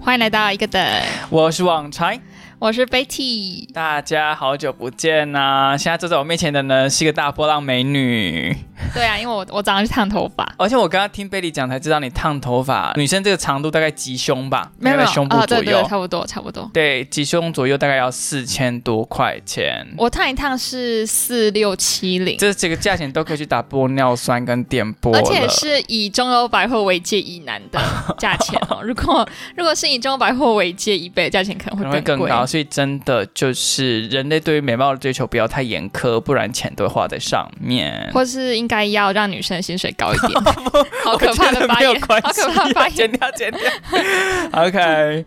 欢迎来到一个等，我是旺财，我是 Betty。大家好久不见呐、现在坐在我面前的呢是一个大波浪美女，对啊，因为我我早上去烫头发，而且我刚刚听贝利讲才知道，你烫头发，女生这个长度大概及胸吧，没有没大有概胸部啊，左对右，对，差不多差不多。对，及胸左右大概要四千多块钱。我烫一烫是四六七零，嗯这几个价钱都可以去打玻尿酸跟电波了，而且是以中欧百货为界以南 的价钱哦。如果如果是以中欧百货为界以北的价钱，可能可会能会更贵。高，所以真的就是人类对于美貌的追求不要太严苛，不然钱都会花在上面。或是应该要让女生的薪水高一 点， 好可怕的发我觉得没有言，关系好可怕的发剪 言。掉，剪掉。OK，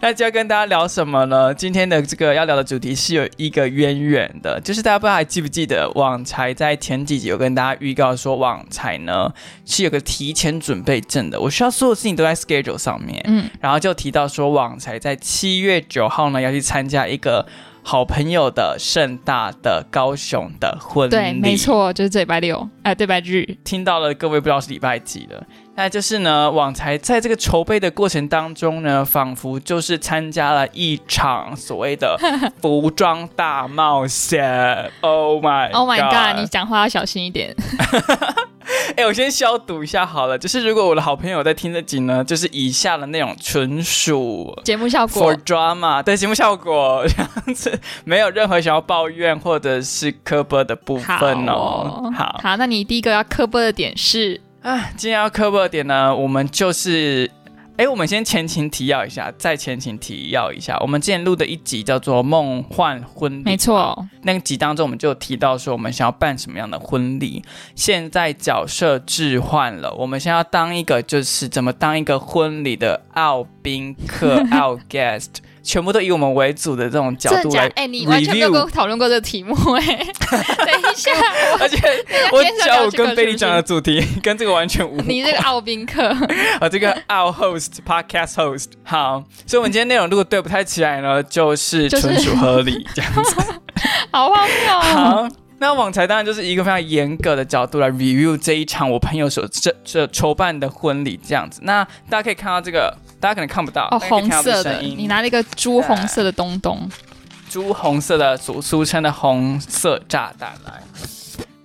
那就要跟大家聊什么呢？今天的这个要聊的主题是有一个渊源的，就是大家不知道还记不记得网才在前几集有跟大家预告说，网才呢是有个提前准备证的，我需要所有事情都在 schedule 上面。嗯，然后就提到说，网才在七月九号呢要去参加一个好朋友的盛大的高雄的婚礼，对，没。错，就是这礼拜六，哎、呃，这礼拜日，听到了，各位不知道是礼拜几了。那就是呢，网才在这个筹备的过程当中呢，仿佛就是参加了一场所 谓的服装大冒险。Oh my Oh my god！你 god！讲话要小心一点。哎、我先消毒一下好了。就是如果我的好朋友在听这集呢，就是以下的内容纯属节目效果 for drama 对节目效果 这样子，没有任何想要抱怨或者是磕巴的部好分哦。好，好，那你第一个要刻薄的点是，啊，今天要科普的点呢，我们就是，哎，我们先前情提要一下，再前情提要一下，我们之前录的一集叫做《梦幻婚礼》，没，错，那个集当中我们就有提到说，我们想要办什么样的婚礼。现在角色置换了，我们现在要当一个就是怎么当一个婚礼的奥宾 客、奥 guest，全部都以我们为主的这种角真的度假来的？哎、你完全没有 review 跟我讨论过这个题目哎、 等一下，而且我我今天是只要要我跟贝利讲讲的这主题跟这个完全无个是不是，你这个奥宾克， 啊，这个 our host podcast host 好，所以我们今天内容如果对不太起来呢，就是就是纯属合 理、这样子。好荒谬哦！好，那网才当然就是一个非常严格的角度来 review 这一场我朋友所这这筹办的婚礼这样子。那大家可以看到这个，大家可能看不到，哦，大家可以红看到这个色的，声音你拿了一个朱红色的东东，朱红色的俗俗称的红色炸弹来。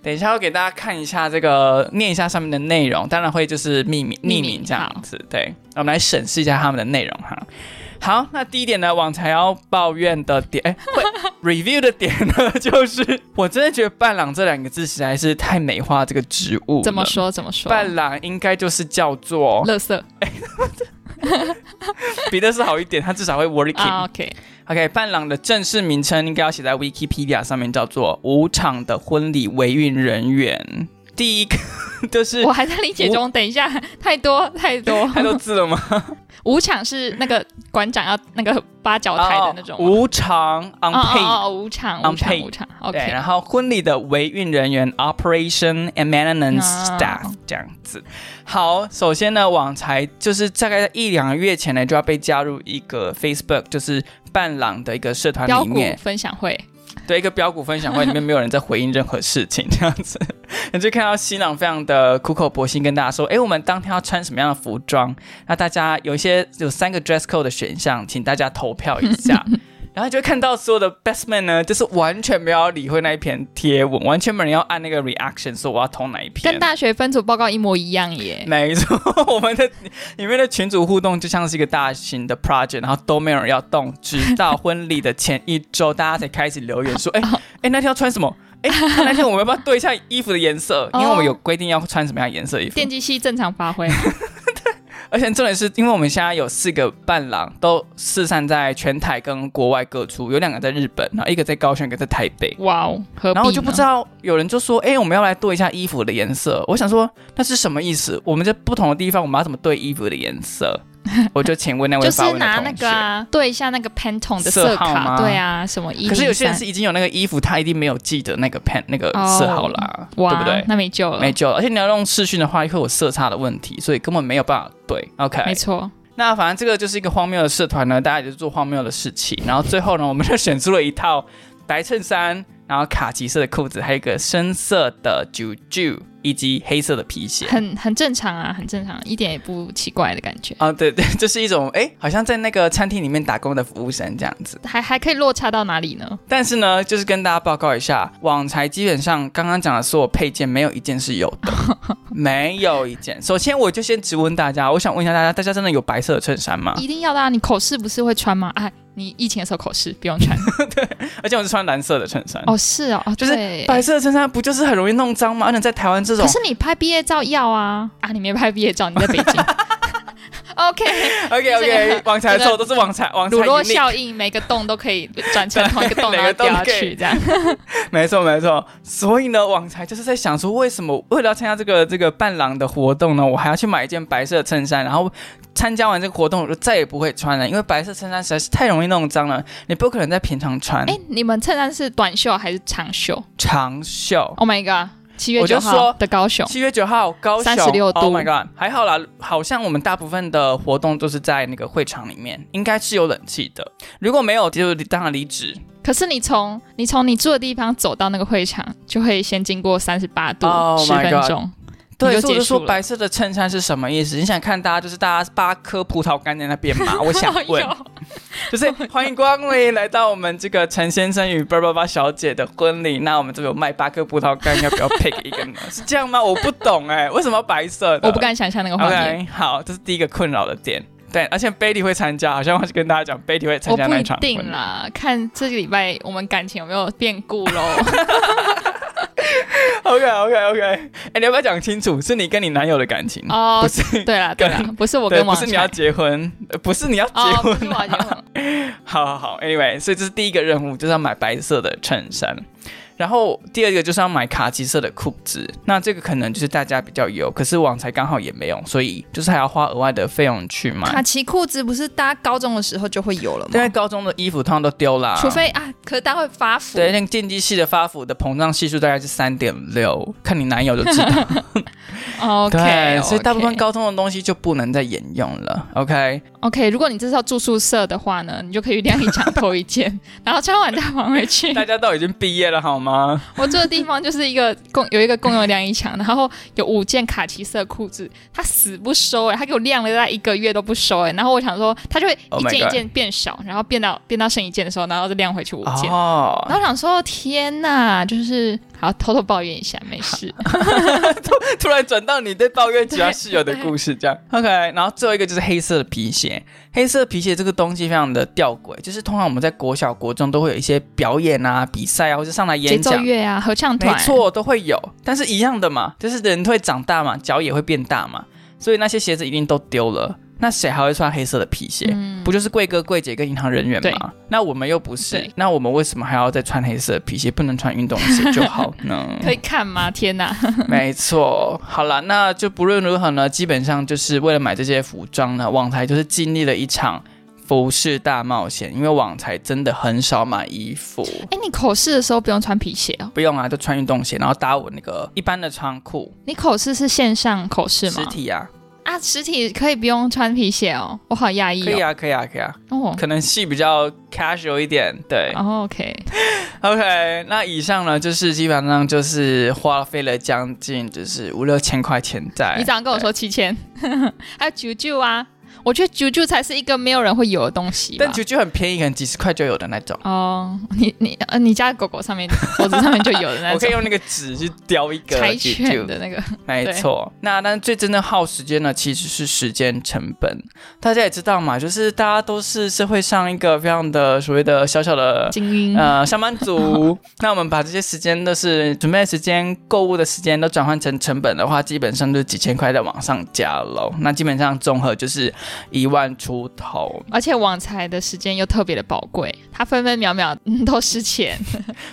等一下，我给大家看一下这个，念一下上面的内容，当然会就是匿名匿名匿名这样子。对，我们来审视一下他们的内容哈。好，那第一点呢，网才要抱怨的点， 哎、会 review 的点呢， 就是我真的觉得“伴郎”这两个字实在是太美化这个职务。怎么？说？怎么说？伴郎应该就是叫 做乐色彼得是好一点，他至少会 working、啊，OK， OK，伴郎的正式名称应该要写在 Wikipedia 上面，叫做“无场的婚礼维运人员”。第一个 就是我还在理解中。等一下，太多太 多，太多字 了吗？五场是那个馆长要那个八角台的那种哦吗。无场 on 哦哦 pay。哦，无场无场 Unpaid 无场对， ，OK，然后婚礼的维运人员 （Operation and Maintenance 啊 Staff）、这样子。好，首先呢，网才就是大概在一两个月前呢，就要被加入一个 Facebook，就是伴郎的一个社团标里股面。分享会，对一个标股分享会里面没有人在回应任何事情，这样子， 你就看到新郎非常的苦口婆心跟大家说，哎，我们当天要穿什么样的服装？那大家有一些有三个 dress code 的选项，请大家投票一下。然后就会看到所有的 best man 呢，就是完全没有要理会那一篇贴文，完全没有人要按那个 reaction 说我要投哪一篇跟。大学分组报告一模一样耶。没错，我们的里面的群组互动就像是一个大型的 project，然后都没有人要动，直到婚礼的前一周，大家才开始留言说：“哎、哎、那天要穿什么？哎、那天我们要不要对一下衣服的颜色？因为我们有规定要穿什么样的颜色的衣服。电机系正常 发挥，而且重点是，因为我们现在有四个伴郎都四散在全台跟国外各处，有两个在日本，然后一个在高雄，一个在台北。哇哦，何必呢？然后我就不知道有人就说，哎、我们要来对一下衣服的颜色。我想说，那是什么意思？我们在不同的地方，我们要怎么对衣服的颜色？我就请问那 就位发是问的拿同那学。个啊，对一下那个 Pantone 的色号卡，吗对啊，什么一可是有些人是已经有那个衣服，他一定没有记得那个 pen 那个色号啦，对哦哇，不对？那没救了，没救了，而且你要用视讯的话，会有色差的问题，所以根本没有办法对。OK，没错，那反正这个就是一个荒谬的社团呢，大家也就做荒谬的事情。然后最后呢，我们就选出了一套白衬衫，然后卡其色的裤子，还有一个深色的九九，以及黑色的皮鞋。很很正常啊，很正常，一点也不奇怪的感觉，啊、对 对，就是一种哎，好像在那个餐厅里面打工的服务生这样子。还还可以落差到哪里呢？但是呢，就是跟大家报告一下，网才基本上刚刚讲的所有配件，没有一件是有的， 没有一件。首先，我就先直问大家，我想问一下大家，大家真的有白色的衬衫吗？一定要的啊！你口试不是会穿吗？哎，你疫情的时候口试不用 穿而且我是穿蓝色的衬衫，哦，是哦，哦就是对白色的衬衫不就是很容易弄脏吗？而且在台湾这种可是你拍毕业照要啊啊！你没拍毕业照，你在北 京。OK， ，OK 这 OK，个网才错都是网才网才乳酪盈利效应，每个洞都可以转成同一个洞，每然个后洞掉下可以去，这样没错没错，所以呢，网才就是在想说，为什么为了要参加这个这个伴郎的活动呢，我还要去买一件白色的衬衫，然后参加完这个活动我就再也不会穿了，因为白色衬衫实在是太容易弄脏了，你不可能在平常穿。哎、你们衬衫是短袖还是长袖长袖， ？Oh my god！七月我就九说号的高雄，七月九号高雄36度 o h my god，还好啦，好像我们大部分的活动都是在那个会场里面，应该是有冷气的，如果没有就当然离职。可是你从你从你住的地方走到那个会场，就会先经过三十八度 Oh 十 my 分 god 钟。你对，就所以我就结束说了白色的衬衫是什么意思？你想看大家就是大家八颗葡萄干在那边吗？我想问哎，呦 就是欢迎光临来到我们这个陈先生与巴巴巴小姐的婚礼。那我们这边有卖八颗葡萄干，要不要 pick 一个呢？ 是这样吗？我不懂哎、为什么要白色的？我不。敢想象那个画面。 OK，好，这是第一个困扰的点。对，而且 Betty 会参加，好像我是跟大家讲，Betty 会参我加不那一一场婚定礼。啦，看这个礼拜我们感情有没有变故喽。 OK OK OK，哎、你要不要讲清楚？是你跟你男友的感情，哦不，是对啦对啦，不是我对，跟不王是你要传，结婚，呃不是你要结哦，婚啊不、是我要结婚，好好好，Anyway，所以这是第一个任务，就是要买白色的衬衫。然后第二个就是要买卡其色的裤子，那这个可能就是大家比较有，可是网才刚好也没有，所以就是还要花额外的费用去卡买。其裤子不是大家高中的时候就会有了现在吗？高中的衣服通常都丢啦，除非啊，可是大家会发福，对那个电机系的发福的膨胀系数大概是三点六，看你男友就知道。 ，OK，对，所以大部分 OK 高中的东西就不能再沿用了。OK， OK，如果你这是要住宿舍的话呢，你就可以晾衣场偷一 件，然后穿完再还回去。大家都已经毕业了好吗？我住的地方就是一个共有一个共用晾衣墙，然后有五件卡其色裤子，他死不收哎、他给我晾了大概一个月都不收哎、然后我想说，他就会 Oh 一 my 件 God 一件变少然后变到变到剩一件的时候，然后就晾回去五件。哦然，后想说，天呐，就是好偷偷抱怨一下，没事。啊突然转到你对抱怨其他室友的故事， 这样 OK。然后最后一个就是黑色的皮鞋，黑色皮鞋这个东西非常的吊诡，就是通常我们在国小、国中都会有一些表演啊、比赛啊，或者上来节演奏讲。乐啊，合唱没团，错，都会有，但是一样的嘛，就是人会长大嘛，脚也会变大嘛，所以那些鞋子一定都丢了。那谁还会穿黑色的皮鞋？嗯不就是贵哥、贵姐跟银行人员对吗？那我们又不是对，那我们为什么还要再穿黑色的皮鞋？不能穿运动鞋就好呢？ 可以看吗？天哪，没错，好了，那就不论如何呢，基本上就是为了买这些服装呢，网台就是经历了一场服饰大冒险，因为网台真的很少买衣服，哎，你口试的时候不用穿皮鞋哦？不用啊，就穿运动鞋，然后搭我那个一般的长裤，你口试是线上口试吗？实体啊，啊，实体可以不用穿皮鞋哦，我好压抑可以哦。啊，可以啊，可以啊，哦可啊能系比较 casual 一点，对、哦，OK， o k 那以上呢就是基本上就是花费了将近就是五六千块钱在，你早上跟我说七千，哎 还有九九啊，我觉得九九才是一个没有人会有的东西吧但。就就很便宜，可能几十块就有的那种。哦，你你呃，你家的狗狗上面脖子上面就有的那 我可种以用那个纸去雕一个柴啾啾犬的那个，没错，那但最真的耗时间呢，其实是时间成本。大家也知道嘛，就是大家都是社会上一个非常的所谓的小小的精英。呃上班 族。那我们把这些时间都是准备的时间、购物的时间都转换成成本的话，基本上就是几千块在往上加喽。那基本上综合就是一万出头，而且网财的时间又特别的宝贵，它分分秒秒、嗯、都是钱。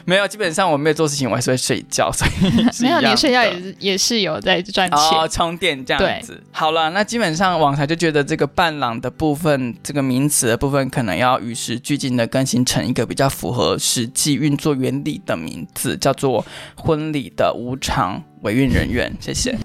没有，基本上我没有做事情，我还是会睡觉， 所以是没有，一样你睡觉的也是也是有在赚钱。哦，充电这样子。好了，那基本上网台就觉得这个伴郎的部分，这个名词的部分，可能要与时俱进的更新成一个比较符合实际运作原理的名字，叫做婚礼的无常维运人员，谢谢。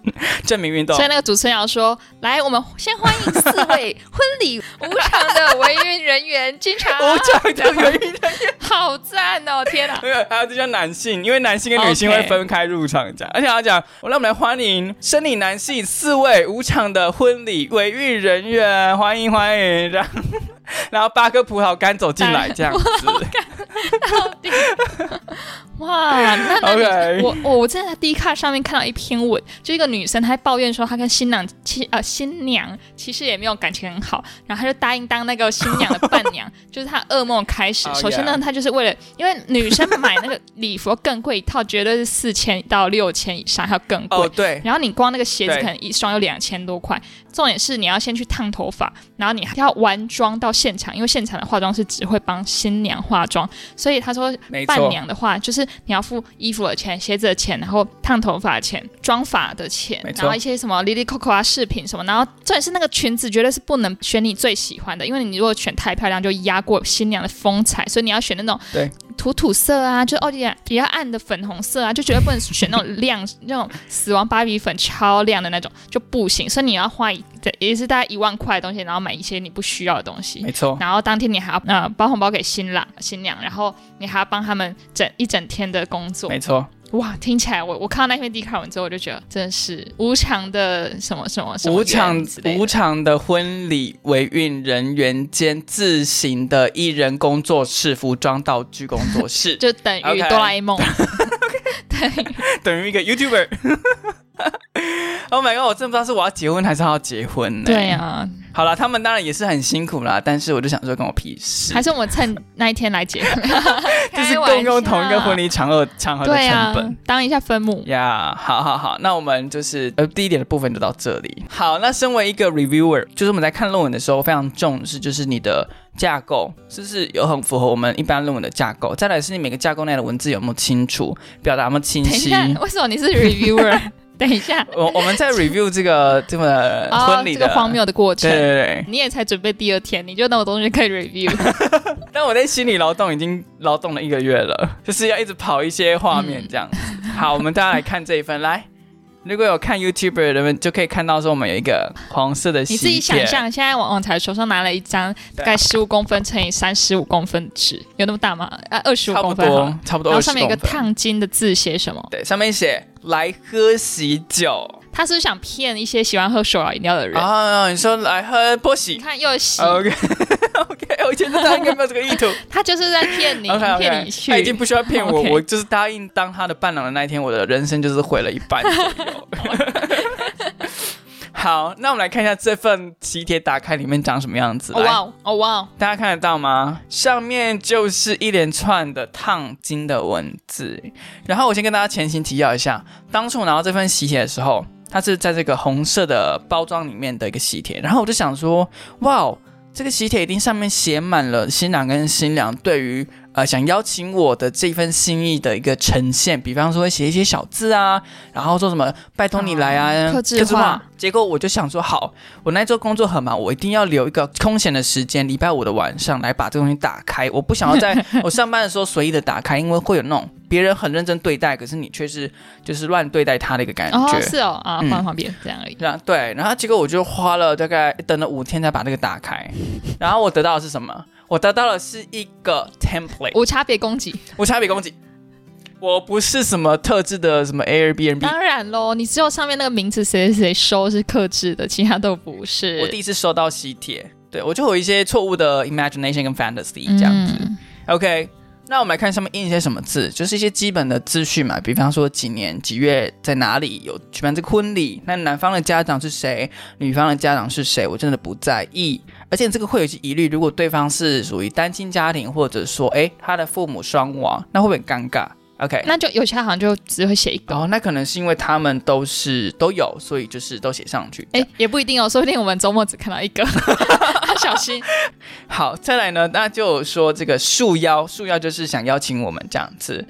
证明运动所以那个主持人要说：“来，我们先欢迎四位 婚礼无偿的维运人员进场，无偿的维运人员，好赞哦！天 哪，没有，还有这叫男性，因为男性跟女性会 OK 分开入场这样。而且他讲，我让我们来欢迎生理男性四位无偿的婚礼维运人员，欢迎欢迎，然后然后八颗葡萄干走进来这样子，到底哇！那那 OK 你我我我真的在 D 卡上面看到一篇文，就一个女生她在抱怨说，她跟新郎其呃新娘其实也没有感情很好，然后她就答应当那个新娘的伴 娘，就是她噩梦开始。 Oh, 首先呢 yeah.，她就是为了因为女生买那个礼服更贵，一套绝对是四千到六千以上，还有更贵哦。对，然后你光那个鞋子对可能一双要两千多块，重点是你要先去烫头发，然后你还要完妆到现场，因为现场的化妆师只会帮新娘化妆，所以他说没伴错，娘的话就是你要付衣服的钱、鞋子的钱，然后烫头发的钱、妆发的钱没，错然后一些什么 Lily Coco 啊饰品什么，然后重点是那个裙子绝对是不能选你最喜欢的，因为你如果选太漂亮就压过新娘的风采，所以你要选那种对土土色啊，就是哦也比较暗的粉红色啊，就绝对不能选那种亮那种死亡芭比粉超亮的那种就不行，所以你要花一也是大概一万块的东西，然后买一些你不需要的东西，没错，然后当天你还要呃包红包给新郎新娘，然后你还要帮他们整一整天的工作没。错，哇，听起来我我看到那篇 D 卡文之后，我就觉得真的是无偿的什么什么什么无偿缘之类的无偿的婚礼维运人员兼自行的艺人工作室服装道具工作 室，就等于 OK 哆啦 A 梦。对，等于一个 YouTuber。oh my god！我真不知道是我要结婚还是他要结婚呢、对、啊，好了，他们当然也是很辛苦啦，但是我就想说，跟我屁事。还是我们趁那一天来结婚， 就是共用开玩笑同一个婚礼场合场合的对成啊本。，当一下分母。呀好好好，那我们就是呃第一点的部分就到这里。好，那身为一个 reviewer，就是我们在看论文的时候非常重视，就是你的架构是不是有很符合我们一般论文的架构，再来是你每个架构内的文字有没有清楚，表达有没有清等一 晰。下，为什么你是 reviewer？等一下，我我们在 review 这个这个哦呃婚，礼这的、个荒谬的过程。对对对，你也才准备第二天，你就那么东西可以 review，但我在心理劳动已经劳动了一个月 了，就是要一直跑一些画嗯面这样子。好，我们大家来看这一 份，来，如果有看 YouTuber 的人就可以看到说我们有一个黄色 的喜你自己想帖，啊象，现在王旺财手上拿了一张大概十五公分乘以三十五公分纸，有那么大吗？啊，二十五差公不分好了多，差不多然后二十上面有公一个分。烫金的字，写什么？对，上面写来喝喜酒他是不是想骗一些喜欢喝手摇饮料的人。啊，呃你说来喝波你喜看又喜， ，OK OK，我觉得他应该没有这个意图他就是在骗你， ，OK 骗 OK，你去他已。经不需要骗我， OK 我就是答应当他的伴郎的那一天，我的人生就是毁了一半左右。好，那我们来看一下这份喜帖打开里面长什么样子。哦来哇哦，哦哇哦，大家看得到吗？上面就是一连串的烫金的文字。然后我先跟大家前情提要一下，当初我拿到这份喜帖的时候，它是在这个红色的包装里面的一个喜帖。然后我就想说，哇哦，这个喜帖一定上面写满了新郎跟新娘对于呃想邀请我的这份心意的一个呈现，比方说会写一些小字啊，然后说什么拜托你来啊，啊客制化结果我就想说，好，我那一周工作很忙，我一定要留一个空闲的时间，礼拜五的晚上来把这个东西打开。我不想要在 我上班的时候随意的打开，因为会有那种别人很认真对待，可是你却是就是乱对待他的一个感觉。哦是哦啊，嗯放在旁边这样而已。然后对，然后结果我就花了大概等了五天才把这个打开，然后我得到的是什么？我得到的是一个 template，无差别攻击，无差别攻击。我不是什么特制的什么 Airbnb，当然喽，你只有上面那个名字谁谁谁收是克制的，其他都不是。我第一次收到喜帖，对我就有一些错误的 imagination 跟 fantasy 这样子。嗯 OK，那我们来看上面印一些什么字，就是一些基本的资讯嘛，比方说几年几月在哪里有举办这个婚礼，那男方的家长是谁，女方的家长是谁，我真的不在意。而且这个会有一些疑虑，如果对方是属于单亲家庭，或者说诶他的父母双亡，那会不会很尴尬？OK。那就有些好像就只会写一个然。后、那可能是因为他们都是都有，所以就是都写上去。哎、也不一定哦，说不定我们周末只看到一 个，小心。好，再来呢，那就有说这个束邀，束邀就是想邀请我们这样子，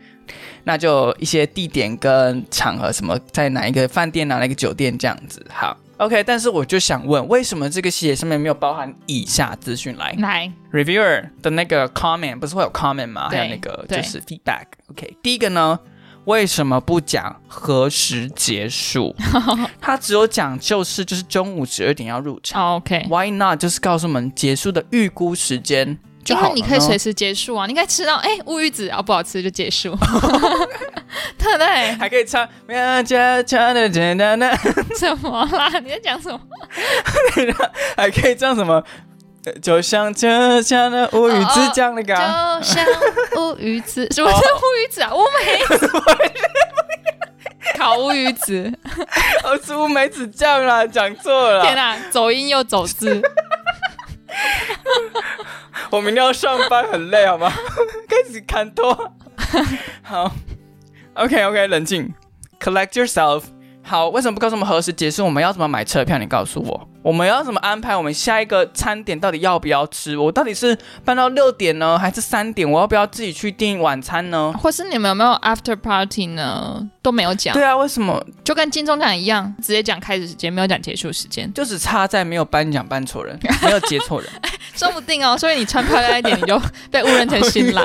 那就一些地点跟场合，什么在哪一个饭店、啊哪一个酒店这样子。好，OK，但是我就想问，为什么这个写上面没有包含以下资讯来？来， reviewer 的那个 comment 不是会有 comment 吗？对还有那个就对是 feedback。OK，第一个呢，为什么不讲何时结 束？他只有讲就是就是中午十二点要入场。哦 OK， Why not？就是告诉我们结束的预估时间就因好了为呢。你可以随时结束啊，你可以吃到哎乌鱼子啊不好吃就结 束， 对不对？还可以唱，怎么啦？你在讲什么？还可以唱什么？呃就像就像那无语之这样那个、啊，哦就像乌鱼 子，什么是乌鱼子啊？乌梅子，烤乌鱼子， 哦，是乌梅子酱啦，讲错了天啦。哪、走音又走字， 我明天要上班，很累，好吗？ 开始看多。好，OK OK，冷静，collect yourself。好，为什么不告诉我们何时结束？我们要怎么买车票？你告诉我，我们要怎么安排？我们下一个餐点到底要不要吃？我到底是办到六点呢，还是三点？我要不要自己去订晚餐呢？或是你们有没有 after party 呢？都没有讲对，啊，为什么就跟金钟奖一样，直接讲开始时间，没有讲结束时间，就只差在没有颁奖颁错人，没有接错人？说不定哦。所以你穿漂亮一点，你就被误认成新 郎，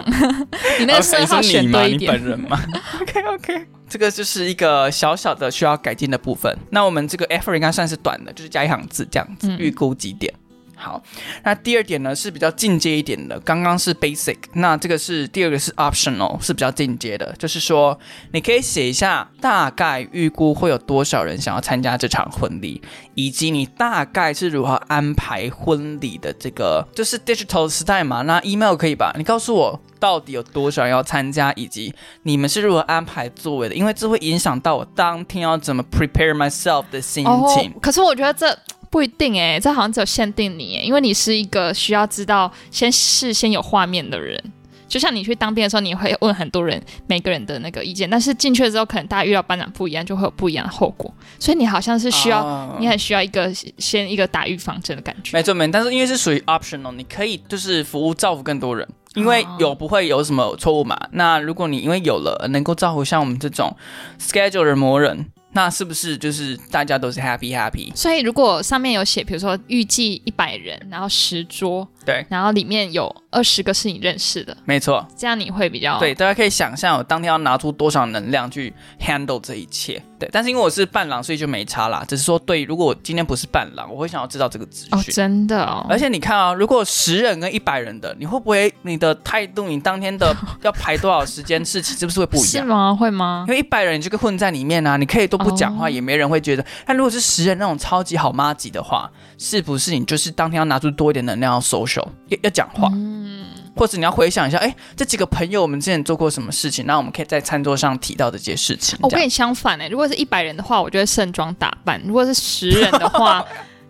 你那个色 OK，号哦你说你选吗？对一你点本。人吗？OK OK，这个就是一个小小的需要改进的部分。那我们这个 effort 应该算是短的，就是加一行字这样子，嗯预估几点。好，那第二点呢是比较进阶一点的，刚刚是 basic，那这个是第二个是 optional，是比较进阶的，就是说你可以写一下大概预估会有多少人想要参加这场婚礼，以及你大概是如何安排婚礼的这个，就是 digital 时代嘛，那 email 可以吧？你告诉我到底有多少人要参加，以及你们是如何安排座位的，因为这会影响到我当天要怎么 prepare myself 的心情。哦可是我觉得这不一定哎、这好像只有限定你哎、因为你是一个需要知道先事先有画面的人。就像你去当兵的时候，你会问很多人每个人的那个意见，但是进去了之后，可能大家遇到班长不一样，就会有不一样的后果。所以你好像是需要，哦你很需要一个先一个打预防针的感觉。没错没错，但是因为是属于 optional，你可以就是服务造福更多人，因为哦有不会有什么错误嘛。那如果你因为有了能够造福像我们这种 schedule 的魔人，那是不是就是大家都是 happy happy？所以如果上面有写，比如说预计一百人，然后十桌，对，然后里面有二十个是你认识的，没错，这样你会比较对，大家可以想象我当天要拿出多少能量去 handle 这一切。对，但是因为我是伴郎，所以就没差啦。只是说，对，如果我今天不是伴郎，我会想要知道这个资哦，讯。真的哦，而且你看啊，如果十人跟一百人的，你会不会你的态度，你 当天的要排多少时间事情，是不是会不一是样？吗？会吗因？为一百人你就混在里面啊，你可以都不讲话，哦也没人会觉得。但如果是十人那种超级好妈级的话，是不是你就是当天要拿出多一点能量要 social，要要讲话？嗯，或者你要回想一下，哎，这几个朋友我们之前做过什么事情，那我们可以在餐桌上提到这些事情。我这跟样你相反哎、如果是一百人的话，我就会盛装打扮；如果是十人的 话，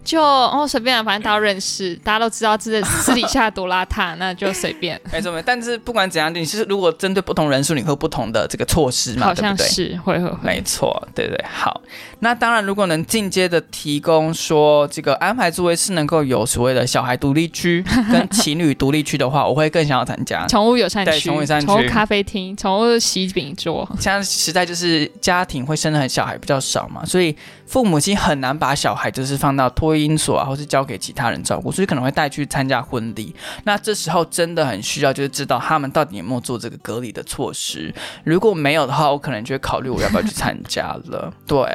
就哦随便、啊，反正大家都认识，大家都知道自己私底下多邋遢，那就随 便。没错没错，但是不哎管怎样，你是如果针对不同人数，你会有不同的这个措施嘛，好对不像对？是，会会会。没错，对对，好。那当然，如果能进阶的提供说这个安排座位是能够有所谓的小孩独立区跟情侣独立区的话，我会更想要参加。宠物友善对区、宠物友善区宠物咖啡厅、宠物喜饼 桌，现在时代就是家庭会生的很小孩比较少嘛，所以父母亲很难把小孩就是放到托婴所啊，或是交给其他人照顾，所以可能会带去参加婚礼。那这时候真的很需要就是知道他们到底有没有做这个隔离的措施，如果没有的话，我可能就会考虑我要不要去参加了。对。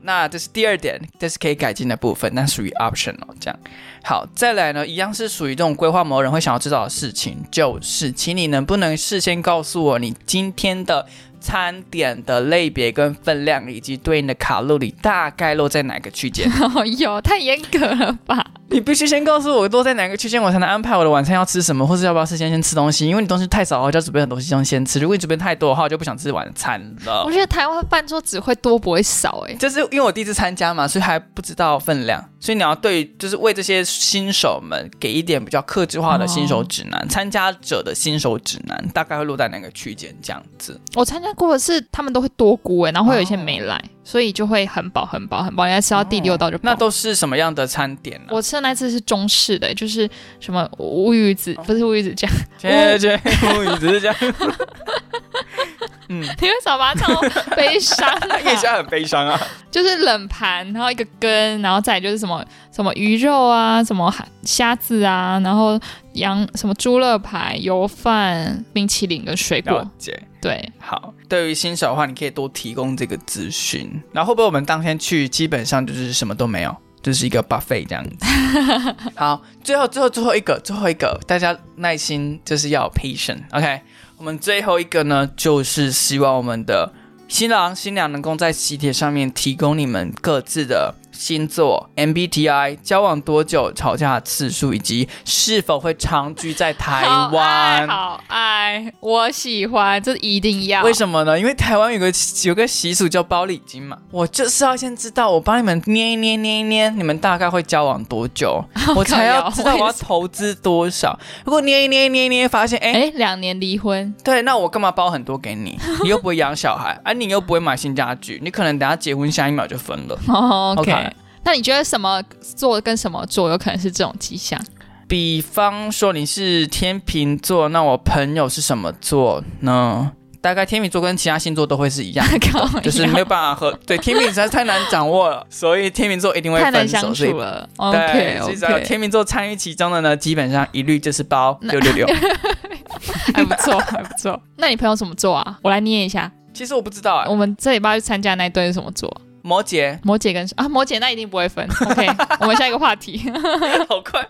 那这是第二点，这是可以改进的部分，但属于 optional 这样。好，再来呢，一样是属于这种规划某人会想要知道的事情，就是请你能不能事先告诉我你今天的餐点的类别跟分量，以及对应的卡路里大概落在哪个区间？哦哟，太严格了吧？ 你必须先告诉我落在哪个区间，我才能安排我的晚餐要吃什么，或是要不要事先先吃东西。因为你东西太少的话，就要准备很多西东西先吃；如果你准备太多的话，我就不想吃晚餐了我。觉得台湾饭桌只会多不会少哎、就是因为我第一次参加嘛，所以还不知道分量，所以你要对，就是为这些新手们给一点比较克制化的新手指南，参加者的新手指南大概会落在哪个区间这样子。我参加过的是他们都会多估哎、然后会有一些没哦哦来，所以就会很饱很饱很饱，应该吃到第六道就饱。那都是什么样的餐点 呢、我吃的那次是中式的，就是什哦 么乌鱼子，不是乌鱼子酱， 切切，我只是这样。嗯，你为什么把它唱到悲伤、 啊？夜宵很悲 伤啊。就是冷盘，然后一个根，然后再就是什么什么鱼肉啊，什么海虾子啊，然后羊什么猪肋排、油饭、冰淇淋跟水了果。解。对，好，对于新手的话，你可以多提供这个资讯。然后会不会我们当天去，基本上就是什么都没有，就是一个 buffet 这样 子。好，最后最后最后一个最后一个，大家耐心就是要 patient。OK，我们最后一个呢，就是希望我们的新郎新娘能够在喜帖上面提供你们各自的星座、MBTI、交往多久、吵架的次数，以及是否会长居在台好爱湾。好啊爱，我喜欢，这一定要。为什么呢？因为台湾有个有个习俗叫包礼金嘛，我就是要先知道，我帮你们捏一捏捏一捏，你们大概会交往多久，我才要知道我要投资多少。如果捏一捏捏一捏，发现哎、哎，两年离婚，对，那我干嘛包很多给你？你又不会养小孩，啊，你又不会买新家具，你可能等下结婚下一秒就分了。哦 OK，, OK 那你觉得什么座跟什么座有可能是这种迹象？比方说你是天秤座，那我朋友是什么座呢？大概天秤座跟其他星座都会是一样的 就是没有办法和对天秤实在是太难掌握 了，所以天秤座一定会太难分手。相所以处了。对 OK 所以只 要 OK，天秤座参与其中的呢，基本上一律就是包六六六。 还不错， 还不错。那你朋友什么座啊？我来捏一下。其实我不知道啊，我们这礼拜去参加那一对是什么座？摩 羯摩羯跟啊摩羯那一定不会 分。OK，我们下一个话题。好快，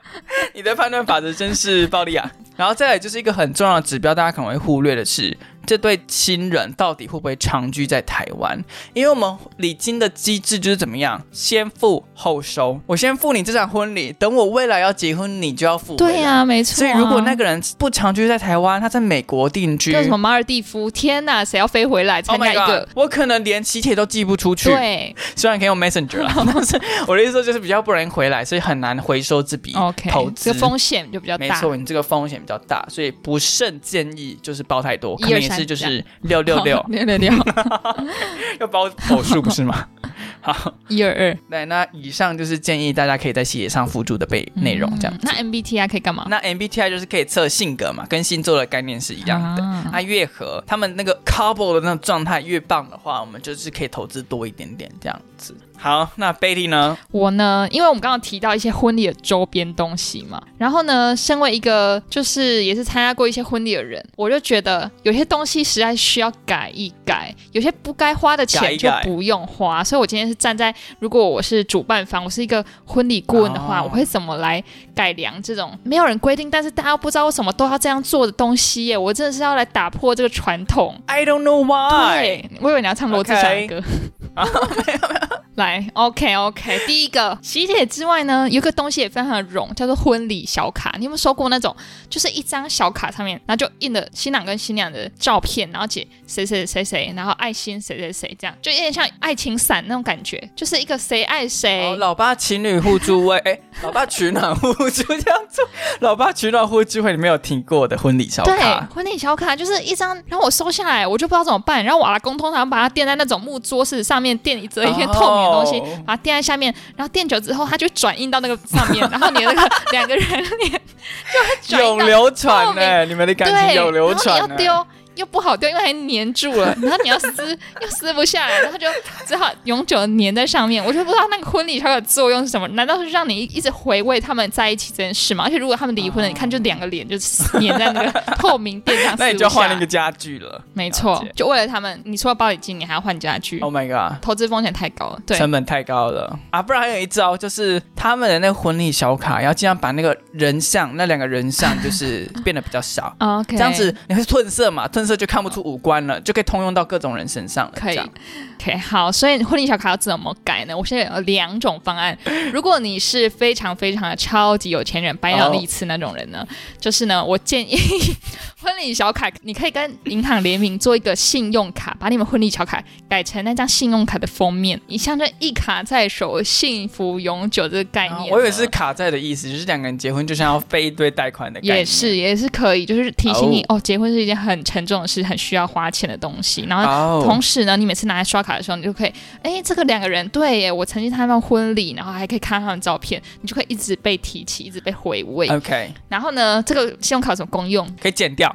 你的判断法则真是暴 力啊！然后再来就是一个很重要的指标，大家可能会忽略的是，这对亲人到底会不会长居在台湾？因为我们礼金的机制就是怎么样，先付后收，我先付你这场婚礼，等我未来要结婚，你就要付回来。对呀、没错啊、所以如果那个人不长居在台湾，他在美国定居叫什么马尔蒂夫，天哪，谁要飞回来参，Oh 加 my 一个 god，我可能连喜帖都寄不出去。对虽然可以用 Messenger 啦，但是我的意思说就是比较不容易回来，所以很难回收这笔 OK，投这资。个风险就比较没大。错，你这个风险比较大，所以不慎建议就是包太多，一可能二也三是就这是六六六 六六六要包偶数不是 吗？好，一二二对，那以上就是建议大家可以在喜帖上附注的背 内容这样嗯。那 MBTI 可以干嘛？那 MBTI 就是可以测性格嘛，跟星座的概念是一样的。啊它越合他们那个 couple 的那种状态越棒的话，我们就是可以投资多一点点这样子。好，那 Betty 呢？我呢，因为我们刚刚提到一些婚礼的周边东西嘛，然后呢，身为一个就是也是参加过一些婚礼的人，我就觉得有些东西实在需要改一改，有些不该花的改一钱就改不用花。所以我今天是站在，如果我是主办方，我是一个婚礼顾问的话，哦我会怎么来改良这种没有人规定，但是大家不知道为什么都要这样做的东西耶？我真的是要来打破这个传统。 I don't know why。对，我以为你要唱罗志祥的歌。啊 来，OK OK，第一个喜帖之外呢，有一个东西也非常的冗，叫做婚礼小卡。你有没有收过那种，就是一张小卡上面，然后就印了新郎跟新娘的照片，然后写谁谁谁谁，然后爱心谁谁谁，这样就有点像爱情伞那种感觉，就是一个谁爱谁哦，。老爸情侣互助会，哎、老爸取暖互助这样做，老爸取暖互助会你没有听过的婚礼小对卡，，婚礼小卡就是一张，然后我收下来，我就不知道怎么办。然后我阿公通常把它垫在那种木桌子上面，垫一折一片哦 透明的东西把它垫在下面，然后垫久之后，它就会转印到那个上 面，然后你的那个两个人脸就会转永印到流传呢、透你们的感对，然后情永流传、欸你呢要丢又不好丢，因为还粘住了，然后你要 撕又撕不下来，然后就只好永久的粘在上面。我就不知道那个婚礼它的作用是什么？难道是让你一直回味他们在一起这件事吗？而且如果他们离婚了，哦你看就两个脸就粘在那个透明垫上， 那你撕不就下换了一来个家具了。没错了解，就为了他们，你除了包礼金，你还要换家具， Oh my god，投资风险太高了。对，成本太高了啊！不然还有一招，就是他们的那个婚礼小卡，要尽量把那个人像那两个人像就是变得比 较少。哦 OK，这样子你会褪色嘛？褪色就看不出五官了，就可以通用到各种人身上了。可这以样。 OK，好，所以婚礼小卡要怎么改呢？我现在有两种方案。如果你是非常非常的超级有钱人，白鸟丽次那种人呢就是呢，我建议婚礼小卡你可以跟银行联名做一个信用卡，把你们婚礼小卡改成那张信用卡的封面，以象征一卡在手，幸福永久这个概念啊呢、我以为是卡债的意思，就是两个人结婚就像要背一堆贷款的概念。也是也是可以，就是提醒你哦结婚是一件很沉重的事，很需要花钱的东西。然后哦，啊同时呢，你每次拿来刷卡的时候，你就可以，哎，这个两个人，对耶，我曾经参加他们婚礼，然后还可以看他们照片，你就可以一直被提起，一直被回味。 OK 然后呢，这个信用卡有什么功用？ 可以剪掉。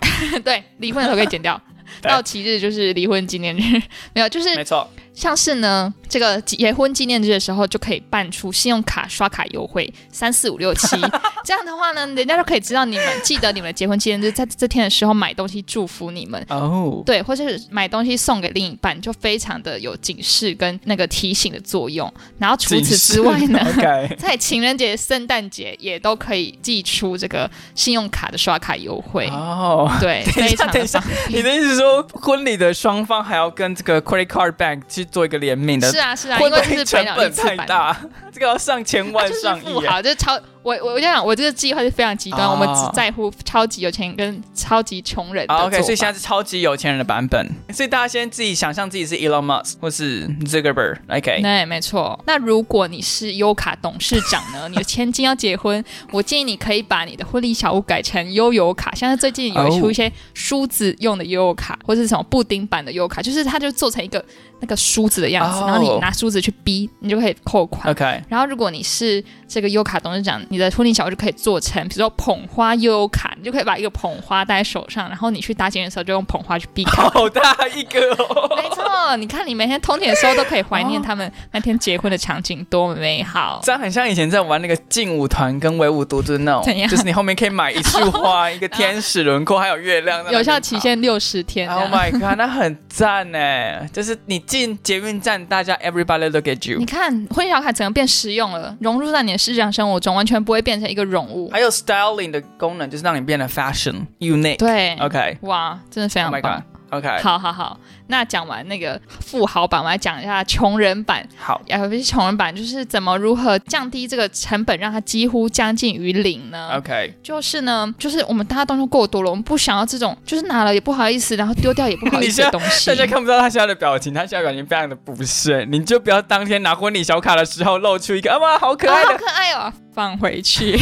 对，离婚的时候可以减掉。 到期日就是离婚纪念日，没有，就是没错，像是呢，这个结婚纪念日的时候就可以办出信用卡刷卡优惠三四五六七， 这样的话呢，人家就可以知道你们记得你们结婚纪念日在这天的时候买东西祝福你们。哦，对，或者是买东西送给另一半，就非常的有警示跟那个提醒的作用。然后除此之外呢， ，OK， 在情人节、圣诞节也都可以寄出这个信用卡的刷卡优惠。 哦。对， 等一非下常等的一下方你便。的意思是说，婚礼的双方还要跟这个 credit card bank 去做一个联名的，是啊，是啊，会因不为这会是成北岛一本次太版的 大？这个要上千他万就是上富亿啊耶，豪，就是超我我我就想，我这个计划是非常极端，哦我们只在乎超级有钱人跟超级穷人的好做法。 ，OK，所以现在是超级有钱人的版本，所以大家先自己想象自己是 Elon Musk 或是 Zuckerberg，OK，、对，没错。那如果你是优卡董事长呢？你的千金要结婚，我建议你可以把你的婚礼小屋改成悠游卡。像是最近有出一些梳子用的悠游卡，或是什么布丁版的悠游卡，就是它就做成一个那个梳子的样子哦然后你拿梳子去逼，你就可以扣款。 OK，然后，如果你是这个优卡董事长，你的婚礼小屋就可以做成，比如说捧花悠悠卡，你就可以把一个捧花戴在手上，然后你去搭捷运的时候就用捧花去避开。好大一个哦。没错，你看你每天通勤的时候都可以怀念他们那天结婚的场景多美好。 这样很像以哦前在玩那个劲舞团跟唯舞独尊那怎种，样就是你后面可以买一束 花、一个天使轮廓，还有月亮。有效期。限六十天啊这 Oh 样。 my god，那很赞呢！就是你进捷运站，大家 everybody look at 你 you，看，婚礼小卡整个变实用了，融入在你的日常生活中，完全不会变成一个冗物。还有 styling 的功能，就是让你变得 fashion unique。对 OK，Oh 哇，真的非常 Oh my 哎棒。 god，OK，好好好，那讲完那个富豪版，我们来讲一下穷人版。 好，尤其是穷人版，就是怎么如何降低这个成本，让它几乎将近于零呢 OK，就是呢，就是我们大家东西够多了，我们不想要这种，就是拿了也不好意思，然后丢掉也不 好意思的东西哦大。家看不到他现在的表情，他现在表情非常的不屑。你就不要当天拿婚礼小卡的时候露出一个啊哇，好可爱啊好的。可爱哦，放回去。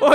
我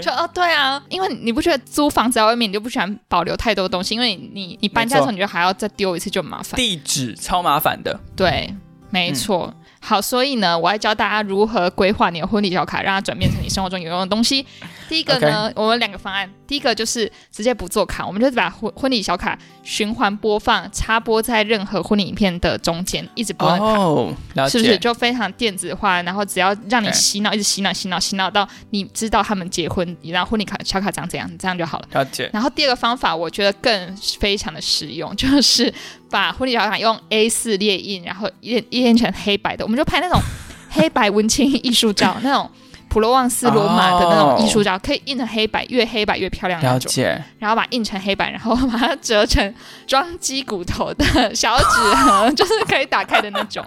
就哦，对啊，因为你不觉得租房子在外面，你就不喜欢保留太多东西，因为你你搬家的时候，你就还要再丢一次，就很麻烦。地址超麻烦的。对，没嗯错。好，所以呢，我要教大家如何规划你的婚礼小卡，让它转变成你生活中有用的东西。第一个呢我们有两个方案，第一个就是直接不做卡，我们就把婚婚礼小卡循环播放，插播在任何婚礼影片的中间，一直播那个卡。哦，了是解，不是就非常电子化？然后只要让你对洗脑，一直洗脑、洗脑、洗脑到你知道他们结婚，然后婚礼卡小卡长怎样，这样就好了。了解。然后第二个方法，我觉得更非常的实用，就是把婚礼小卡用 A 4列印，然后印印成黑白的，我们就拍 那种黑白文青艺术照，那种普罗旺斯罗马的那哦种艺术照，可以印成黑白，越黑白越漂亮那了种。解，然后把它印成黑白，然后把它折成装鸡骨头的小纸 盒，就是可以打开的那种。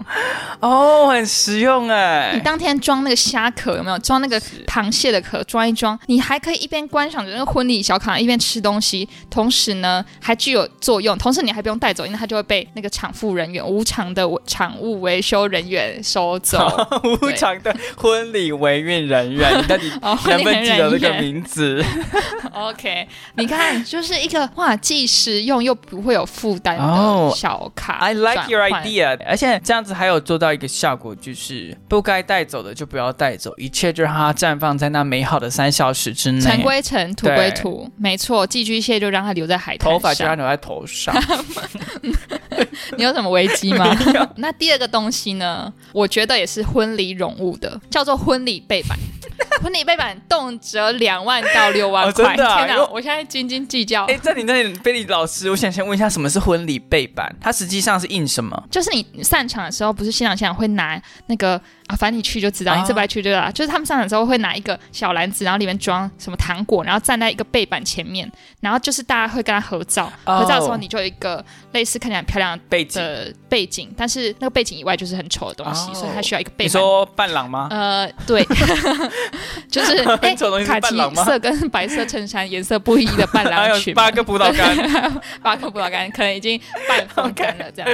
哦，很实用哎你。当天装那个虾壳有没有？装那个螃蟹的壳，装一装，你还可以一边观赏着那个婚礼小卡，一边吃东西，同时呢还具有作用，同时你还不用带走，因为它就会被那个厂务人员无偿的厂务维修人员收走。无对偿的婚礼维运人 员，你到底哦，能婚不礼人能记得这个员。名字？ OK，你看，就是一个哇，既实用又不会有负担哦的小卡。 I like your 转换 idea，而且这样子还有做到一个效果，就是不该带走的就不要带走，一切就让它绽放在那美好的三小时之尘内。归尘，土对归土，没错，寄居蟹就让它留在海滩头发就上要留在头上，你有什么危机 吗？那第二个东西呢？我觉得也是婚礼冗物的，叫做婚礼背板。婚礼背板动辄两万到六万哦块，真的啊天因为哪！我现在斤斤计较。 哎、这里这里，贝利老师，我想先问一下，什么是婚礼背板？它实际上是印什么？就是你散场的时候，不是新郎新娘会拿那个啊，反正你去就知道，啊你这不来去就知道。就是他们散场的时候会拿一个小篮子，然后里面装什么糖果，然后站在一个背板前面，然后就是大家会跟他合照。哦合照的时候，你就有一个类似看起来很漂亮背景？的背景，但是那个背景以外就是很丑的东西，哦所以它需要一个背板。你说伴郎吗？呃，对， 就是 哎，丑的啊东西是卡伴其郎吗色跟白色衬衫颜色不一的伴还郎有裙，哎八个葡萄干， 八个葡萄干，可能已 经半风干了这样。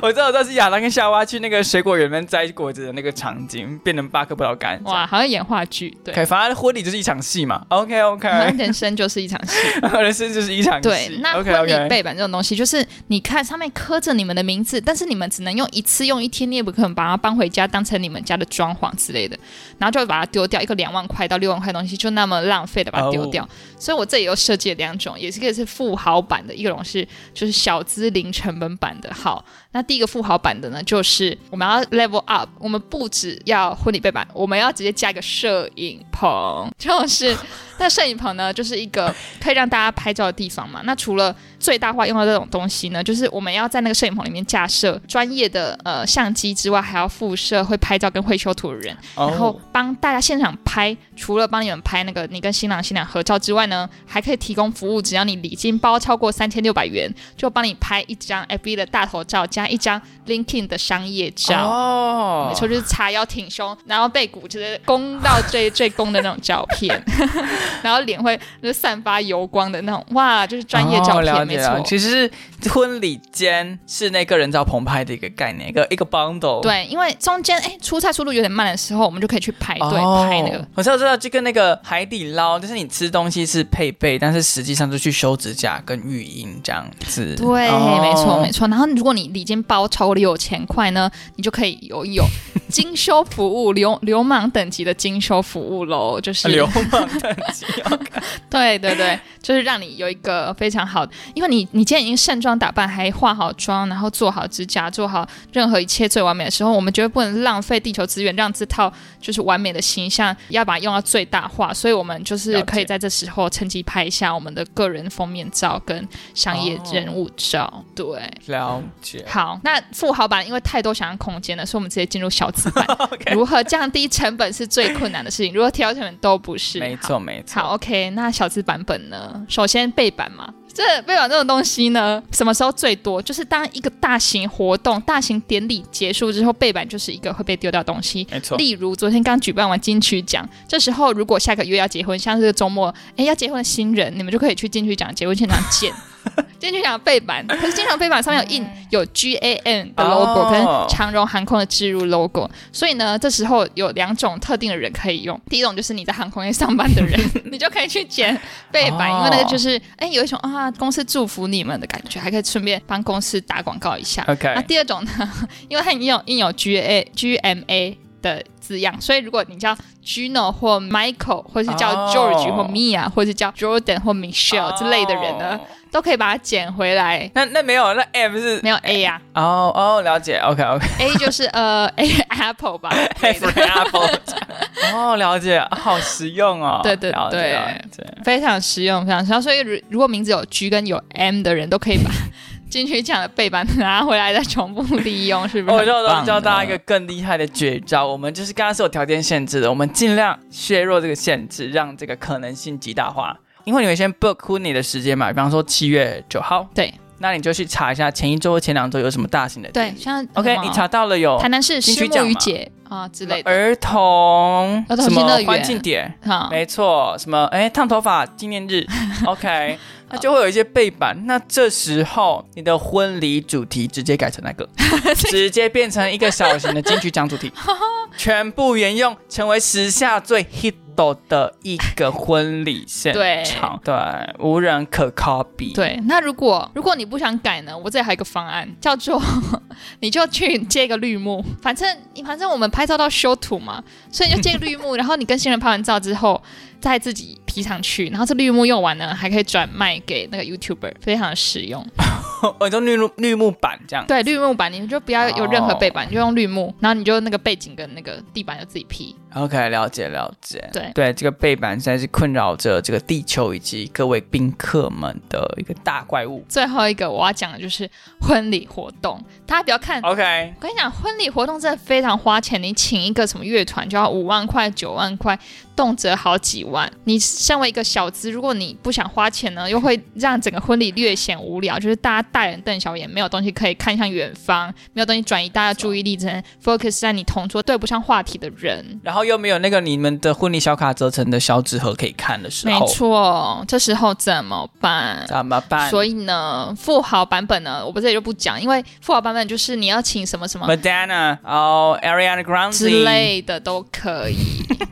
我知道这是亚当跟夏娃去那个水果园里面摘果子的那个个场景，变成巴克布劳感。哇，好像演话剧， 对， OK，反正婚礼就是一场戏嘛。OK 好像 OK，人生就是一场 戏。人生就是一场戏。嗯对，那 OK 婚礼 OK，背板这种东西，就是你看上面刻着你们的名字，但是你们只能用一次用一天，你也不可能把它搬回家当成你们家的装潢之类的，然后就把它丢掉，一个两万块到六万块的东西就那么浪费的把它丢掉。所以我这里又设计了两种，也是一个是富豪版的，一种是就是小资零成本版的。好，那第一个富豪版的呢，就是我们要 level up，我们不只要婚礼背板，我们要直接加一个摄影棚，就是。 那摄影棚呢，就是一个可以让大家拍照的地方嘛。那除了最大化用到这种东西呢，就是我们要在那个摄影棚里面架设专业的呃相机之外，还要附设会拍照跟会修图的人，哦然后帮大家现场拍。除了帮你们拍那个你跟新郎新娘合照之外呢，还可以提供服务，只要你礼金包超过三千六百元，就帮你拍一张 FB 的大头照加一张 LinkedIn 的商业照。哦，没错，就是叉腰挺胸，然后背骨就是弓到最最弓的那种照 片，然后脸会就是散发油光的那种，哇，就是专业照哦片，了没解了错。其实是婚礼间室内个人照棚拍的一个概念，一个一个 bundle。。对，因为中间哎出菜速度有点慢的时候，我们就可以去排队、哦拍那个。，我知道知道，就跟那个海底捞，就是你吃东西是配备，但是实际上就去修指甲跟育婴这样子。哦对，没错没错。错。然后如果你礼金包超过六千块呢，你就可以有 有精修服务，流流氓等级的精修服务喽，就是啊流氓等级哦对对对，就是让你有一个非常好的，因为你你今天已经盛装打扮，还化好妆，然后做好指甲，做好任何一切最完美的时候，我们绝对不能浪费地球资源，让这套就是完美的形象要把它用到最大化。所以我们就是了解可以在这时候趁机拍一下我们的个人封面照跟商哦业人物照。对， 了解。好，那富豪版因为太多想象空间了，所以我们直接进入小资版。 OK，如何降低成本是最困难的事情，如何提高成本都不是。没好错没错。好，OK，那小资版本呢？首先背板嘛，这背板这种东西呢，什么时候最多？就是当一个大型活动、大型典礼结束之后，背板就是一个会被丢掉的东西。没错。例如昨天刚举办完金曲奖，这时候如果下个月要结婚，像是周末，哎，要结婚的新人，你们就可以去金曲奖结婚现场 见。金曲奖的背板，可是金曲奖背板上面有印有 G A N 的 logo、嗯哦跟长荣航空的置入 logo，所以呢，这时候有两种特定的人可以用。第一种就是你在航空业上班的 人，你就可以去捡背板，哦因为那个就是哎有一种啊公司祝福你们的感觉，还可以顺便帮公司打广告一下。那 OK，第二种呢， 因为它已经有印有 G A G M A 的字样，所以如果你叫 Gino 或 Michael，或是叫哦 George 或 Mia，或是叫 Jordan 或 Michelle 之类的人呢，哦？都可以把它捡回来。那那没有，那 M 是没有 A 啊呀、哦哦，了解。OK OK。啊、，A 就是呃 A Apple 吧 Every apple 哦，了解，好实用哦。对对了解对了解非常实用，非常实用。所以如如果名字有 G 跟有 M 的人，都可以把 金曲奖的背板拿回来再重复利用，是不是哦我很棒就呢？教大家一个更厉害的绝招，我们就是刚刚是有条件限制的，我们尽量削弱这个限制，让这个可能性极大化。因为你们先 book 婚礼的时间嘛，比方说七月九号，对，那你就去查一下前一周或前两周有什么大型的典对，礼。像，OK，什么你查哦到了有台南市金虱曲目奖鱼嘛节啊之类的。儿童儿童什新乐么园欢庆典，好，没错，什么哎烫头发纪念 日，OK，那就会有一些背板。那这时候你的婚礼主题直接改成那 个，直接变成一个小型的金曲奖主 题，全部沿用，成为时下最 hit 的一个婚礼现场，对，无人可 copy。对，那如果如果你不想改呢，我这里还有一个方案，叫做 你就去接一个绿幕，反正反正我们拍照到修图嘛，所以你就接个绿幕，然后你跟新人拍完照之后，再自己 P 上去，然后这绿幕用完呢，还可以转卖给那个 YouTuber，非常实用。 哦，你说绿幕绿幕板这样，对，绿幕版你就不要有任何哦背板，你就用绿幕，然后你就那个背景跟那个地板就自己 P。 OK，了解了解。对对，这个背板实在是困扰着这个地球以及各位宾客们的一个大怪物。最后一个我要讲的就是婚礼活动，大家不要嗯看 OK，我跟你讲，婚礼活动真的非常花钱，你请一个什么乐团就要五万块、九万块，动辄好几万。你身为一个小资，如果你不想花钱呢，又会让整个婚礼略显无聊，就是大家大眼瞪小眼，没有东西可以看向远方，没有东西转移大家注意力，只能 focus 在你同桌对不上话题的人。然后又没有那个你们的婚礼小卡折成的小纸盒可以看的时没候，错，这时候怎么办？怎么办？所以呢，富豪版本呢，我不这里就不讲，因为富豪版本就是你要请什么什么 Madonna 哦，Ariana Grande 之类的都可以。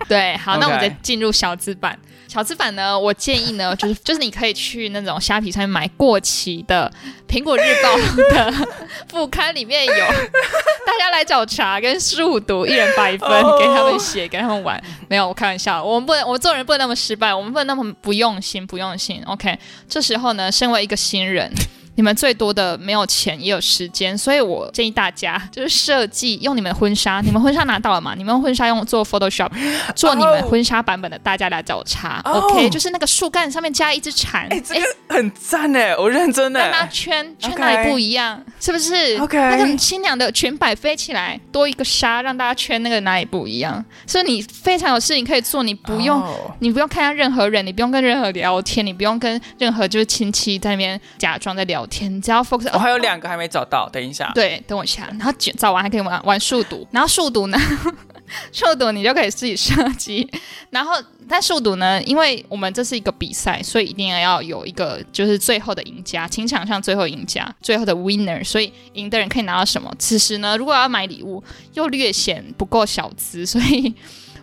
对，好，那我们 OK 再进入小资版。小资版呢，我建议呢，就是就是你可以去那种虾皮上面买过期的《苹果日报》 的副刊，里面有大家来找茬跟数独，一人把一分哦，给他们写，给他们玩。没有，我开玩笑，我们不能，我们做人不能那么失败，我们不能那么不用心，不用心。OK，这时候呢，身为一个新人， 你们最多的没有钱也有时间，所以我建议大家 就是设计用你们的婚纱，你们婚纱拿到了嘛？你们婚纱用做 Photoshop，做你们婚纱版本的，大家来找茬。哦 OK，就是那个树干上面加一只蝉，哎、这个诶很赞哎，我认真让它哎，圈 OK 圈哪里不一样是不是 OK 那个新娘的裙摆飞起来，多一个纱，让大家圈那个哪里不一样，所以你非常有事情可以做，你不用哦你不用看向任何人，你不用跟任何聊天，你不用跟任何就是亲戚在那边假装在聊天，你只要 focus 我哦。还有两个还没找到，等一下。对，等我一下，然后卷早晚还可以玩玩数独，然后数独呢， 数独你就可以自己设计，然后但数独呢，因为我们这是一个比赛，所以一定要有一个就是最后的赢家，情场上最后赢家，最后的 winner，所以赢的人可以拿到什么？此时呢，如果要买礼物，又略显不够小资， 所以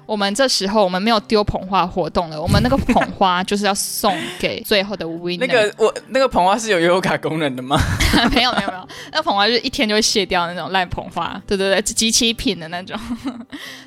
我们这时候我们没有丢捧花活动了，我们那个捧花就是要送给最后的 winner。 那个我那个捧花是有优卡功能的吗？ 没有没有没有，那捧花就是一天就会卸掉那种烂捧花，对对对，集齐品的那种。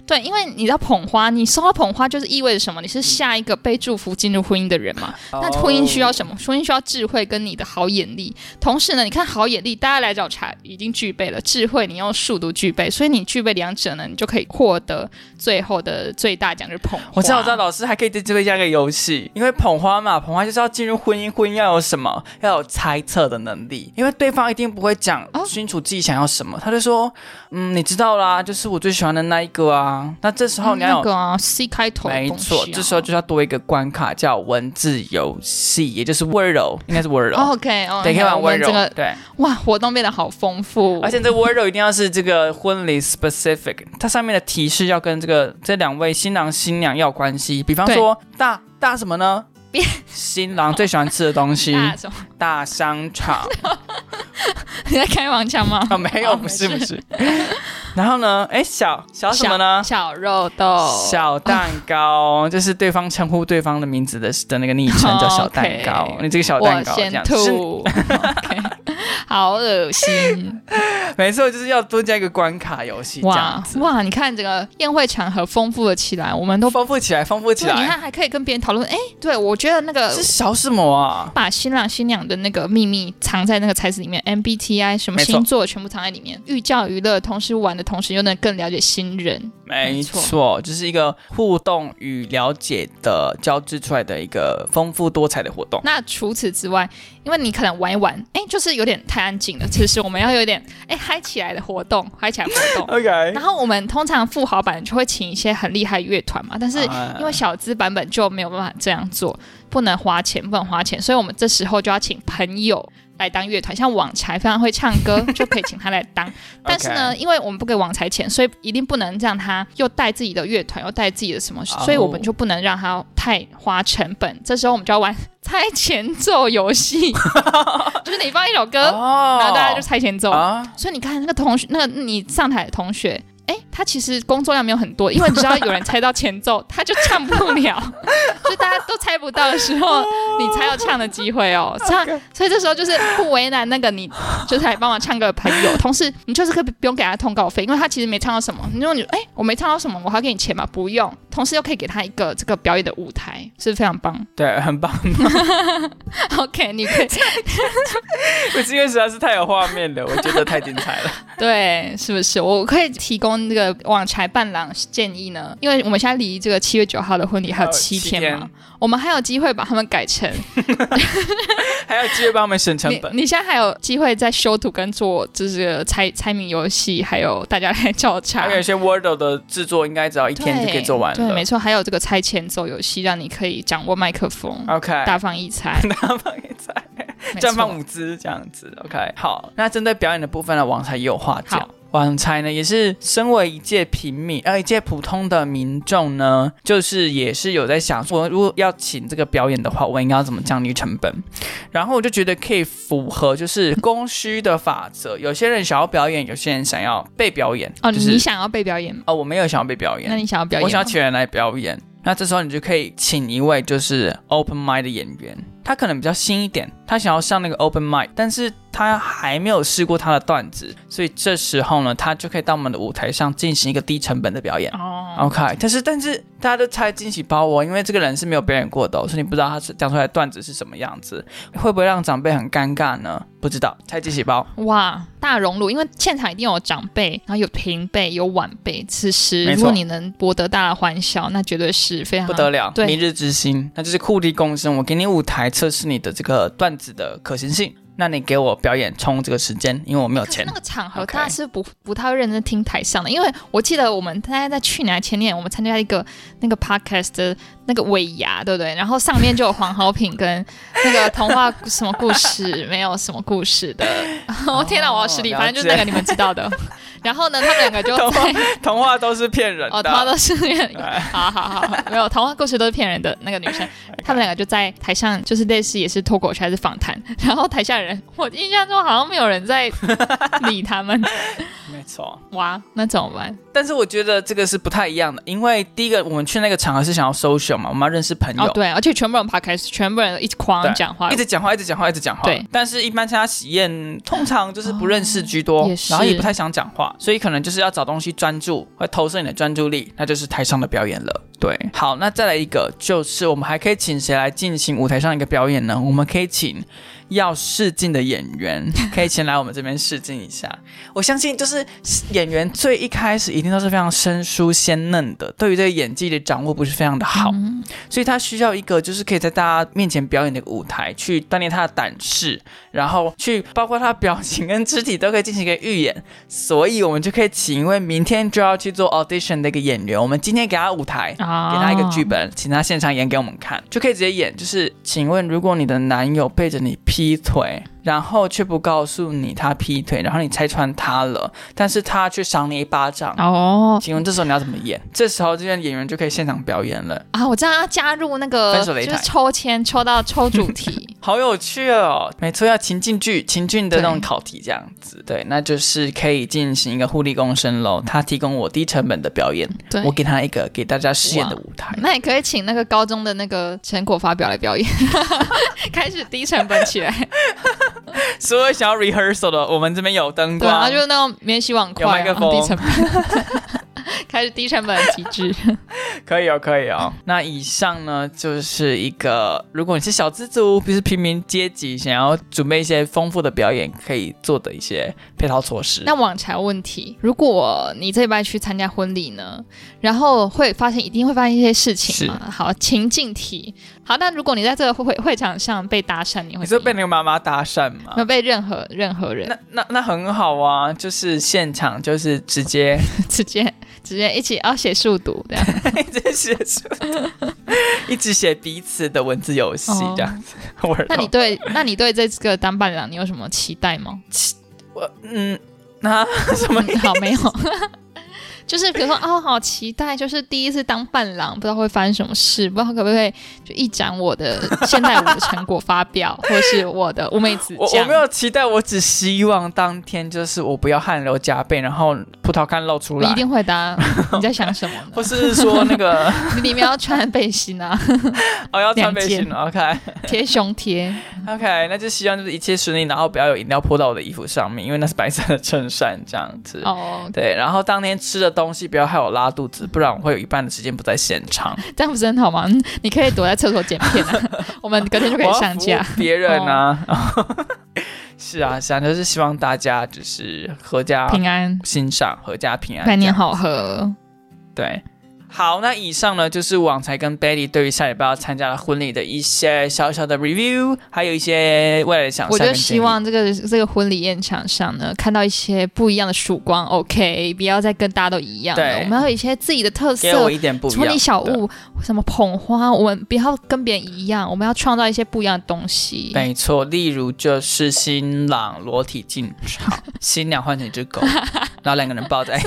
对，因为你知道捧花，你收到捧花就是意味着什么？你是下一个被祝福进入婚姻的人嘛？哦那婚姻需要什么？婚姻需要智慧跟你的好眼力。同时呢，你看好眼力，大家来找茬已经具备了，智慧你用数独具备，所以你具备两者呢，你就可以获得最后的最大奖就是捧花。我知道，我知道，老师还可以在这边加个游戏，因为捧花嘛，捧花就是要进入婚姻，婚姻要有什么，要有猜测的能力，因为对方一定不会讲哦清楚自己想要什么，他就说，嗯，你知道啦，就是我最喜欢的那一个啊。那这时候嗯你要那有个啊，C 开头的没东西啊、错，这时候就要多一个关卡，叫文字游戏，也就是温柔，应该是温柔。 OK，哦，对，可以玩我温们柔。这个对，哇，活动变得好丰富，而且这温柔一定要是这个婚礼 specific，它上面的提示要跟这个这两位新郎新娘要有关系。比方说大大什么呢别？新郎最喜欢吃的东西，大什么？大香 肠你在开黄腔吗？哦啊，没有，不是不是。然后呢？哎，小小什么呢？小肉豆，小蛋糕，就是对方称呼对方的名字的的那个昵称叫小蛋糕哦 OK。你这个小蛋我糕这先样，就是吐 ，OK，好恶 心！没错，就是要多加一个关卡游戏这样哇子，哇，你看这个宴会场合丰富了起来，我们都丰富起来，丰富起对，你来。看呃还可以跟别人讨论。哎，对我觉得那个是小什么啊？把新郎新娘的那个秘密藏在那个材质里面，MBTI 什么没错星座全部藏在里面，寓教于乐，同时玩的同时又能更了解新人。没没错，就是一个互动与了解的交织出来的一个丰富多彩的活动。那除此之外，因为你可能玩一玩，哎，就是有点太安静了。其实我们要有点哎嗨起来的活动，嗨起来活 动。 OK，然后我们通常富豪版就会请一些很厉害的乐团嘛，但是啊嗯因为小资版本就没有办法这样做，不能花钱，不能花钱，所以我们这时候就要请朋友来当乐团，像网才非常会唱歌，就可以请他来 当。但是呢，因为我们不给网才钱，所以一定不能让他又带自己的乐团，又带自己的什么，哦所以我们就不能让他太花成本。这时候我们就要玩猜前奏游 戏，就是你放一首歌，哦然后大家就猜前奏。啊，所以你看那个同学，那个你上台的同学。哎，他其实工作量没有很多，因为只 要有人猜到前奏，他就唱不 了，所以大家都猜不到的时候，你才有唱的机会 哦。唱，所以这时候就是不为难那个你，就是来帮忙唱歌的朋 友，同时你就是可以不用给他通告费，因为他其实没唱到什么。你说你哎，我没唱到什么，我还要给你钱吗？不用，同时又可以给他一个这个表演的舞台，是不是非常棒。对，很棒。 OK，你可以我今天实在是太有画面了，我觉得太精彩 了。 对，是不是？我可以提供那个网柴伴郎建议呢，因为我们现在离这个七月九号的婚礼还有七天嘛，还有七我们还有机会把他们改成。还有机会帮我们省成你本。你现在还有机会在修图跟做就是猜猜谜游戏，还有大家来找茬还。有一些 Wordle 的制作，应该只要一对天就可以做完了。对，没错，还有这个猜前奏游戏，让你可以掌握麦克风， OK，大放异彩。大放异彩。没绽放错嗯舞姿哎这样子。OK，好，那针对表演的部分呢，王才也有话讲好。王才呢，也是身为一介平民，呃，一介普通的民众呢，就是也是有在想，我如果要请这个表演的话，我应该要怎么降低成本？然后我就觉得可以符合就是供需的法则，有些人想要表演，有些人想要被表演。哦，就是你想要被表演吗？哦，我没有想要被表演，那你想要表演吗？我想要请人来表演。那这时候你就可以请一位就是 open mic 的演员，他可能比较新一点，他想要上那个 open mic，但是他还没有试过他的段子，所以这时候呢，他就可以到我们的舞台上进行一个低成本的表演。哦， OK，但是但是大家都猜惊喜包哦，因为这个人是没有表演过的哦、所以你不知道他是讲出来的段子是什么样子，会不会让长辈很尴尬呢？不知道，猜惊喜包。哇，大熔炉，因为现场一定有长辈，然后有平辈，有晚辈。此时，没错如果你能博得大家的欢笑，那绝对是非常不得了，嗯对明日之星，那就是酷地共生。我给你舞台测试你的这个段子的可行性，那你给我表演冲这个时间，因为我没有可是 钱那。个场合 OK 大家是不不太认真听台上的，因为我记得我们大概在去年还前年，我们参加一个那个 podcast 的那个尾牙，对不对？然后上面就有黄好品跟那个童话什么故事，没有什么故事的。 我天哪，我要失礼，哦了反正就是那个你们知道的。 然后呢，他们两个就在 童话都是骗人的，哦，童话都是骗人， 好好好，没有童话故事都是骗人的那个 女生，他们两个就在台上，就是类似也是脱口秀还是访谈，然后台下人，我印象中好像没有人在理他们，没错。哇，那怎么 办？但是我觉得这个是不太一样的，因为第一个我们去那个场合是想要 social 嘛，我们要认识朋友，哦，对，而且全部人 p 开始，全部人一直狂 对讲话一，直讲话，一直讲话，一直讲话。对但是一般参加喜宴，通常就是不认识居多，哦也是然后也不太想讲话，所以可能就是要找东西专注，会投射你的专注力，那就是台上的表演了。对，好，那再来一个，就是我们还可以请谁来进行舞台上一个表演呢？我们可以请要试镜的演 员，可以前来我们这边试镜一下。我相信，就是演员最一开始一定都是非常生疏鲜嫩的，对于这个演技的掌握不是非常的好。嗯所以他需要一个就是可以在大家面前表演的一个舞台，去锻炼他的胆识，然后去包括他的表情跟肢体都可以进行一个预演。所以我们就可以请一位明天就要去做 audition 的一个演员，我们今天给他舞台。啊，给他一个剧本，请他现场演给我们看，就可以直接演。就是，请问，如果你的男友背着你劈腿，然后却不告诉你他劈腿，然后你拆穿他了，但是他却赏你一巴掌，哦请问这时候你要怎么演？这时候这些演员就可以现场表演了。啊，我知道要加入那个分手就擂台，是抽签抽到抽主题好有趣哦！没错，要情境剧、情境的那对种考题这样子，对，那就是可以进行一个互利共生喽。他提供我低成本的表演， 对我。给他一个给大家试验的舞台。那也可以请那个高中的那个成果发表来表演， 开始低成本起来。 所有想要 rehearsal 的，我们这边有灯对光，啊，然后就是那种免洗碗有筷、麦啊，克风 低成本，开始低成本的极 致。可以哦，可以哦。那以上呢，就是一个如果你是小资族，不是平民阶级，想要准备一些丰富的表演，可以做的一些配套措施。那网财问题，如果你这礼拜去参加婚礼呢，然后会发现一定会发现一些事情嘛。好，情境题。好，但如果你在这个会会场上被搭讪，你会你是怎被么那个妈妈搭讪吗样没？有被任何任何人那那那很好啊，就是现场就是直接直接直接一起要写数独 这样。 一直写出，一直写彼此的文字游戏这样子。 我哦那你对那你对这个当伴郎你有什么期待吗？我嗯， 那、什么？嗯，好，没有。 就是比如说，哦，好期待，就是第一次当伴郎，不知道会发生什么事，不知道可不可以就一展我的现代舞的成果发表，或是我的乌梅子我我酱没。有期待，我只希望当天就是我不要汗流浃背，然后葡萄干露出你来一，定会答，你在想什么呢 或？是说 那个你里面要穿背心啊，哦要穿两背件心了，OK 贴胸贴。 OK，那就希望就是一切顺利，然后不要有饮料泼到我的衣服上面，因为那是白色的衬衫这样子。哦，对，然后当天吃的东西不要害我拉肚子，不然我会有一半的时间不在现场。这样不是很好吗？嗯你可以躲在厕所剪片 啊，我们隔天就可我以要上服务架。哦别人啊。 是啊，是啊，就是希望大家就是阖家平安，欣赏，阖家平安。百年好合。这样。对，好，那以上呢就是网才跟 Betty 对于下礼拜要参加的婚礼的一些小小的 review，还有一些未来的想象我跟就啊建议。希望这个这个婚礼宴场上呢，看到一些不一样的曙光。OK，不要再跟大家都一样了，对我们要有一些自己的特给我色。一点不一样处的。理小物，什么捧花，我们不要跟别人一样，我们要创造一些不一样的东西。没错，例如就是新郎裸体进场， 新娘换成一只狗，然后两个人 抱在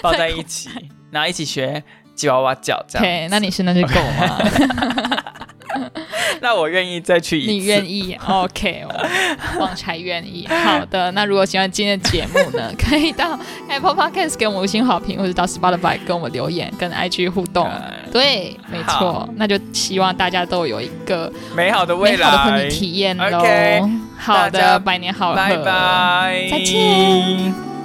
抱在一起，然后一起学吉娃娃叫这样。 OK，那你是那只狗 吗？那我愿意再去一次。你愿意？OK，我旺财愿 意。好的，那如果喜欢今天的节目呢，可以到 Apple Podcast 给我们五星好评，或者到 Spotify 跟我们留言，跟 IG 互动。呃对，没错好，那就希望大家都有一个美好的未美来，好的婚礼体验喽。 OK，好大家的，百年好合，拜拜，再见。